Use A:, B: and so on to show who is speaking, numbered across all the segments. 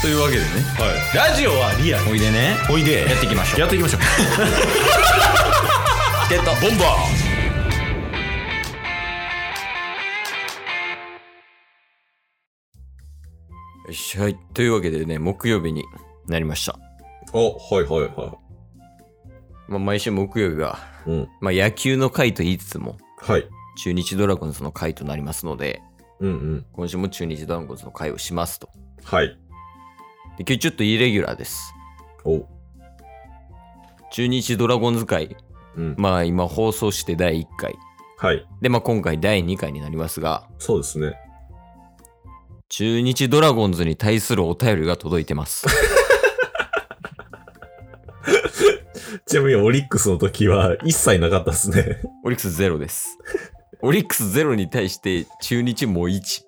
A: というわけでね
B: はい、ラジオはリアル
A: おいでね
B: おいで
A: やっていきましょう
B: やって いきましょう
A: ゲット
B: ボンバ
A: よっしゃはいというわけでね木曜日になりました、
B: ーおはいはいは
A: まあ、毎週木曜日は、
B: いうん
A: まあ、野球の回と言いつつも
B: はい
A: 中日ドラゴンズの回となりますので
B: うんうん
A: 今週も中日ドラゴンズの回をしますと
B: はい
A: で今日ちょっとイレギュラーです
B: お
A: 中日ドラゴンズ回
B: うん
A: まあ今放送して第1回
B: はい
A: でまあ今回第2回になりますが
B: そうですね
A: 中日ドラゴンズに対するお便りが届いてます
B: ちなみにオリックスの時は一切なかったですね
A: オリックスゼロですオリックスゼロに対して中日もう1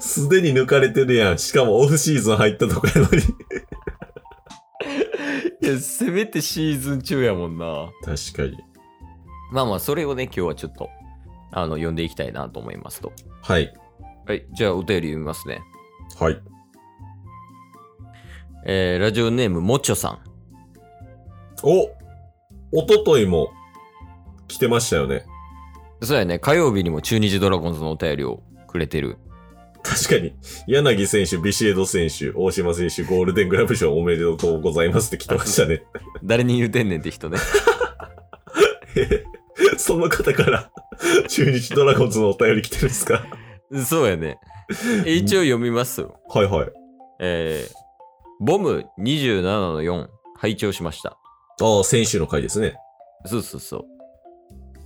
B: すでに抜かれてるやんしかもオフシーズン入ったとかやのに
A: いやせめてシーズン中やもんな
B: 確かに
A: まあまあそれをね今日はちょっとあの読んでいきたいなと思いますと
B: はい
A: はいじゃあお便り読みますね
B: はい
A: えー、ラジオネームもちょさん
B: おおとといも来てましたよね
A: そうやね火曜日にも中日ドラゴンズのお便りをくれてる
B: 確かに柳選手ビシエド選手大島選手ゴールデングラブ賞おめでとうございますって来てましたね
A: 誰に言うてんねんって人ね
B: その方から中日ドラゴンズのお便り来てるんですか
A: そうや ねえ一応読みますよ
B: はいはい
A: えー、ボム27の4拝聴しました
B: ああ、先週の回ですね。
A: そうそうそう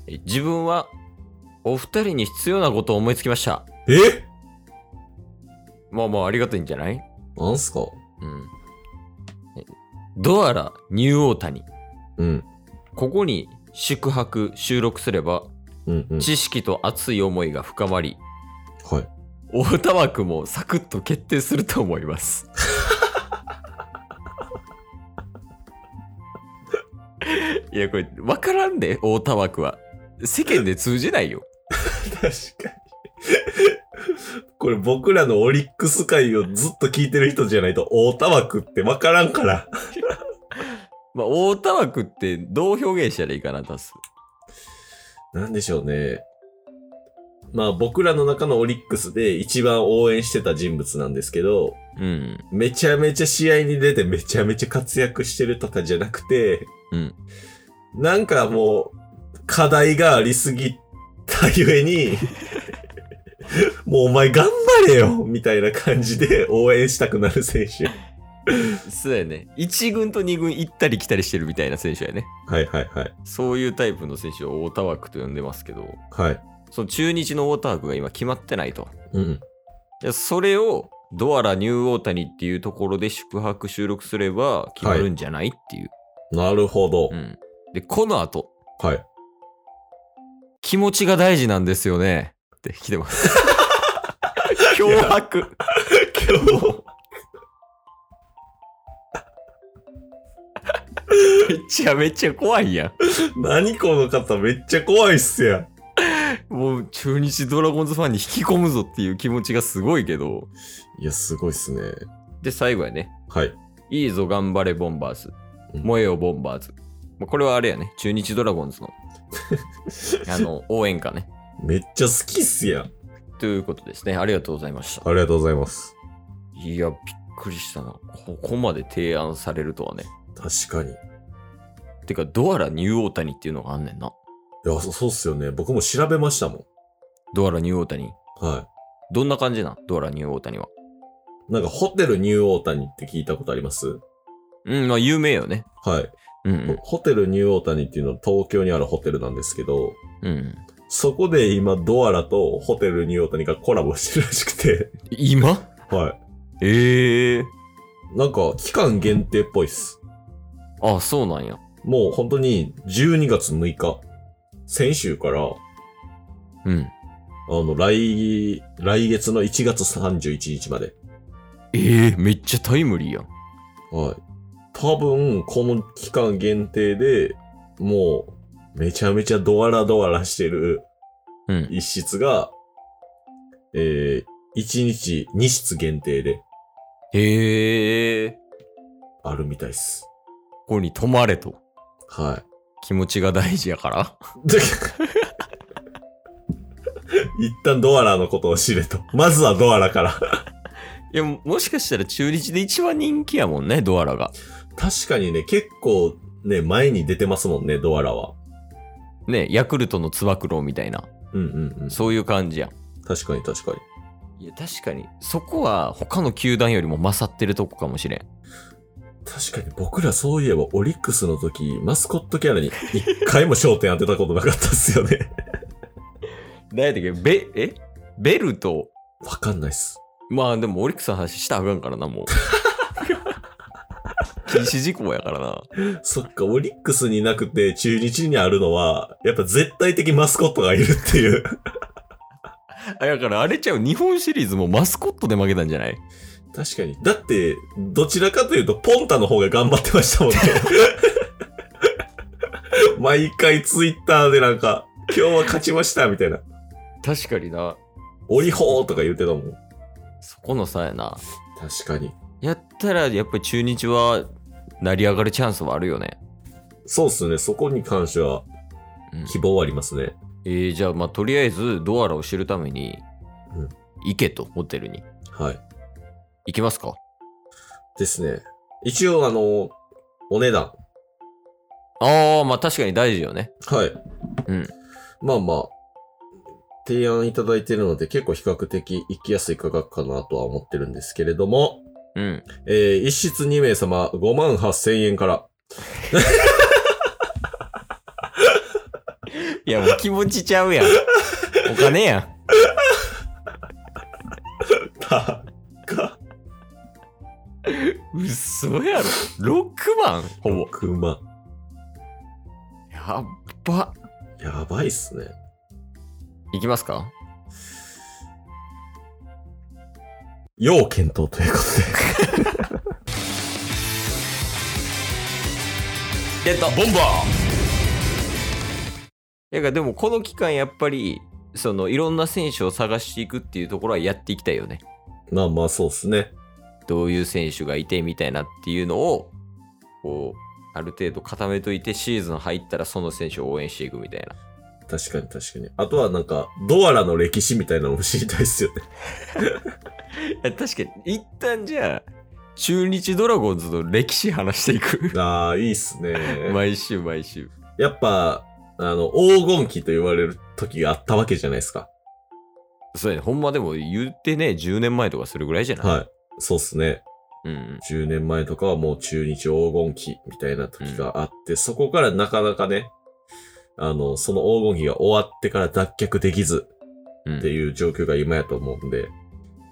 A: え自分はお二人に必要なことを思いつきました
B: え
A: まあまあありがたいんじゃない
B: なんすか
A: うんえドアラニューオータニ
B: うん。
A: ここに宿泊収録すれば
B: うんうん。
A: 知識と熱い思いが深まり
B: はい。
A: 大田枠もサクッと決定すると思いますいやこれ分からんで大田枠は世間で通じないよ
B: 確かに。 これ僕らのオリックス回をずっと聞いてる人じゃないと、大田枠ってわからんから。
A: まあ大田枠ってどう表現したらいいかなタス
B: なんでしょうね。まあ僕らの中のオリックスで一番応援してた人物なんですけど、
A: うん
B: めちゃめちゃ試合に出てめちゃめちゃ活躍してるとかじゃなくて、
A: うん
B: なんかもう、課題がありすぎたゆえに、もうお前頑張れよみたいな感じで応援したくなる選手。
A: そうやね1軍と2軍行ったり来たりしてるみたいな選手やね
B: はいはいはい。
A: そういうタイプの選手を大田枠と呼んでますけど
B: はい。
A: その中日の大田枠が今決まってないと
B: うん。
A: いやそれをドアラニューオータニっていうところで宿泊収録すれば決まるんじゃない、っていう、
B: なるほど。
A: うん、でこの後
B: はい。
A: 気持ちが大事なんですよねって来てます脅迫
B: 今日、
A: めちゃめちゃ怖いや
B: 何この方めっちゃ怖いっすやん。
A: んもう中日ドラゴンズファンに引き込むぞっていう気持ちがすごいけど
B: いや、すごいっすね。
A: で最後やね
B: はい。
A: いいぞ頑張れボンバーズ
B: うん
A: 燃えよボンバーズまあこれはあれやね中日ドラゴンズ のあの応援歌ね
B: めっちゃ好きっすやん。
A: ということですねありがとうございました
B: ありがとうございます。
A: いや、びっくりしたな。ここまで提案されるとはね。
B: 確かに。
A: てか、ドアラニューオータニっていうのがあんねんな。
B: いや、そそうっすよね。僕も調べましたも
A: ドアラニューオータニ。
B: ん。は
A: どんな感じなんドアラニューオータニは。
B: い。なんか、ホテルニューオータニって聞いたことあります
A: うん、まあ、有名よね。
B: はい、
A: うん
B: ホテルニューオータニっていうのは東京にあるホテルなんですけど、
A: うん。うん。
B: そこで今、ドアラとホテルニューオータニがコラボしてるらしく て、
A: 今
B: は
A: ええ
B: い。なんか、期間限定っぽいっす。
A: あ、そうなんや。
B: もう本当に12月6日、先週から、あ
A: うん。
B: の、来、来月の1月31日まで。
A: ええめっちゃタイムリーやん。
B: はい。多分、この期間限定で、もう、めちゃめちゃドアラドアラしてる
A: うん。
B: 一室が、えー、 1日2室限定で
A: へえ。
B: あるみたいです。
A: ここに泊まれと。
B: は
A: 気持ちが大事やから。
B: い。で 一旦ドアラのことを知れと。まずはドアラから。
A: いや、もしかしたら中日で一番人気やもんね、ドアラが。
B: 確かにね、結構ね、前に出てますもんね、ドアラは。
A: ね、ヤクルトのつば九郎みたいな。
B: うんうんうん。
A: そういう感じやん。
B: 確かに確かに。
A: いや、確かに。そこは他の球団よりも勝ってるとこかもしれん。
B: 確かに僕らそういえばオリックスの時、マスコットキャラに一回も焦点当てたことなかったっすよね。
A: 誰だっけベ、えベルと、
B: わかんないっす。
A: まあでもオリックスの話したらあかんからな、もう。 禁止事項やからな。
B: そっか、オリックスになくて中日にあるのは、やっぱ絶対的マスコットがいるっていう。
A: あ、だからあれちゃう、日本シリーズもマスコットで負けたんじゃない
B: 確かに。だって、どちらかというと、ポンタの方が頑張ってました もんね。毎回ツイッターでなんか、今日は勝ちましたみたいな。
A: 確かにな。
B: オリホーとか言ってたもん。
A: そこの差やな。
B: 確かに。
A: やったら、やっぱり中日は成り上がるチャンスはあるよね。
B: そうっすね。そこに関しては
A: うん
B: 希望はありますね。
A: えーじゃあ、まあ、とりあえず、ドアラを知るために
B: うん、
A: 行けと、ホテルに。
B: はい。
A: 行きますか
B: ですね。一応あの、お値段。
A: ああ、まあ、確かに大事よね。
B: はい。
A: うん。
B: まあまあ、提案いただいてるので結構比較的行きやすい価格かなとは思ってるんですけれども、
A: うん。
B: えー、一室2名様5万8千円から。
A: いや、もう気持ちちゃう やん。お金やん。
B: たか。
A: 嘘やろ。6万ほぼ。
B: 6万。
A: やっば。
B: やばいっすね。
A: 行きますか
B: 要検討ということで。
A: えっと、ボンバーいや、でもこの期間やっぱり、そのいろんな選手を探していくっていうところはやっていきたいよね。
B: まあまあそうっすね。
A: どういう選手がいてみたいなっていうのを、こう、ある程度固めといて、シーズン入ったらその選手を応援していくみたいな。
B: 確かに確かに。あとはなんか、ドアラの歴史みたいなのも知りたいっすよね。
A: 確かに、一旦じゃあ、中日ドラゴンズの歴史話していく。
B: ああ、いいっすね。
A: 毎週毎週。
B: やっぱ、あの、黄金期と言われる時があったわけじゃないですか。
A: そうやね、ほんまでも言ってね、10年前とかするぐらいじゃない、
B: はい。そうっすね。
A: うんうん。
B: 10年前とかはもう中日黄金期みたいな時があって、そこからなかなかね、あの、その黄金期が終わってから脱却できず
A: うん
B: っていう状況が今やと思うんで、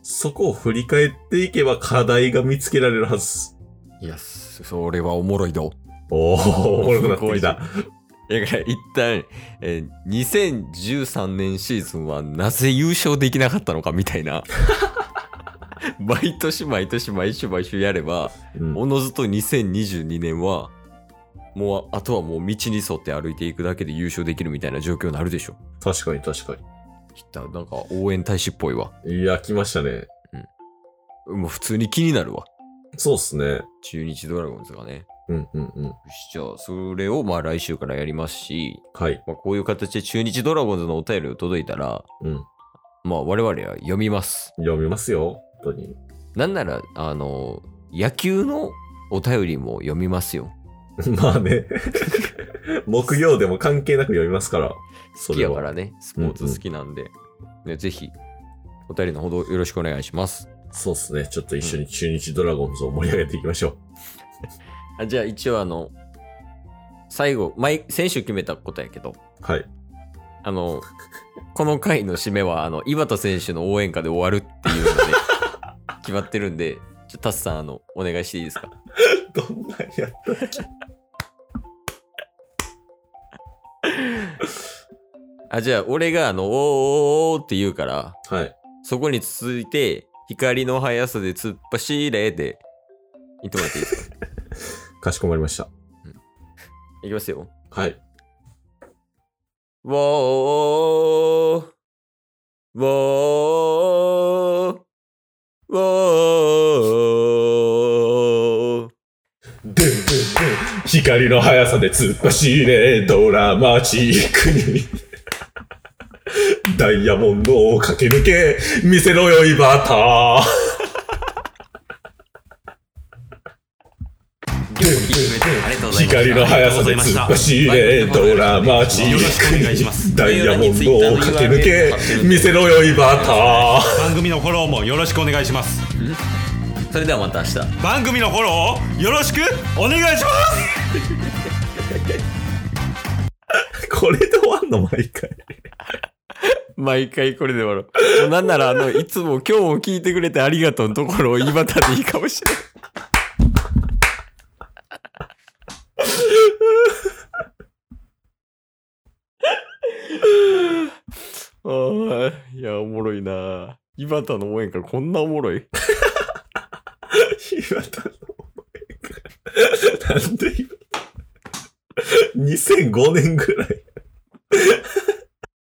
B: そこを振り返っていけば課題が見つけられるはず。
A: いや、それはおもろいど。
B: おー、おもろくなっ てきた。
A: だから一旦、えー2013年シーズンはなぜ優勝できなかったのかみたいな。 毎年毎年毎週毎週やれば、
B: うん
A: おのずと2022年は、もうあとはもう道に沿って歩いていくだけで優勝できるみたいな状況になるでしょ。
B: 確かに確か
A: きっとなんか応援大使っぽいわ。
B: に。いや、来ましたね。
A: もう普通に気になるわ。
B: そうっすね。
A: 中日ドラゴンズがね。
B: うんうんうん。
A: よしじゃあ、それをまあ来週からやりますし、
B: はい。
A: まあ、こういう形で中日ドラゴンズのお便りを届いたら、
B: うん。
A: まあ我々は読みます。
B: 読みますよ。本当に。
A: なんなら、あの、野球のお便りも読みますよ。
B: まあね。 木曜でも関係なく読みますから。そ
A: 好き
B: れ
A: や
B: は
A: からね、スポーツ好きなんで、ねぜひ、お便りのほどよろしくお願いします。
B: そうっすね。ちょっと一緒に中日ドラゴンズを盛り上げていきましょう。
A: あじゃあ一応あの、最後、前、先週決めたことやけど、
B: はい。
A: あの、この回の締めは、あの、岩田選手の応援歌で終わるっていうので、決まってるんで、ちょ、タスさん、あの、お願いしていいですか
B: どんなんやったっけ
A: あ、じゃあ、俺が、あの、おーおーおーって言うから、
B: はい。
A: そこに続いて、光の速さで突っ走れで、言ってもらっていいですか
B: かしこまりました。
A: いきますよ。
B: はい。
A: わーおーおーおー
B: 光の速さで突っ走れ、ドラマチックに。 ダイヤモンドを駆け抜け、店の良いバター。
C: ありがとうございます。
B: 光の速さで突っ走れ、ドラマチ
C: よろしくお願いし
B: ッ
C: ます
B: ク。ダイヤモンドを駆け抜け、店の良いバター。
C: 番組のフォローもよろしくお願いします。
A: それではまた明日
C: 番組のフォローをよろしくお願いします
B: これで終わんの毎回。
A: 毎回これで終わろうもうなんならあのいつも今日も聞いてくれてありがとうのところを言いバタでいいかもしれない あーいやおもろいな井端の応援からこんなおもろい
B: 岩田の思いが。なんで今 ?2005 年ぐらい。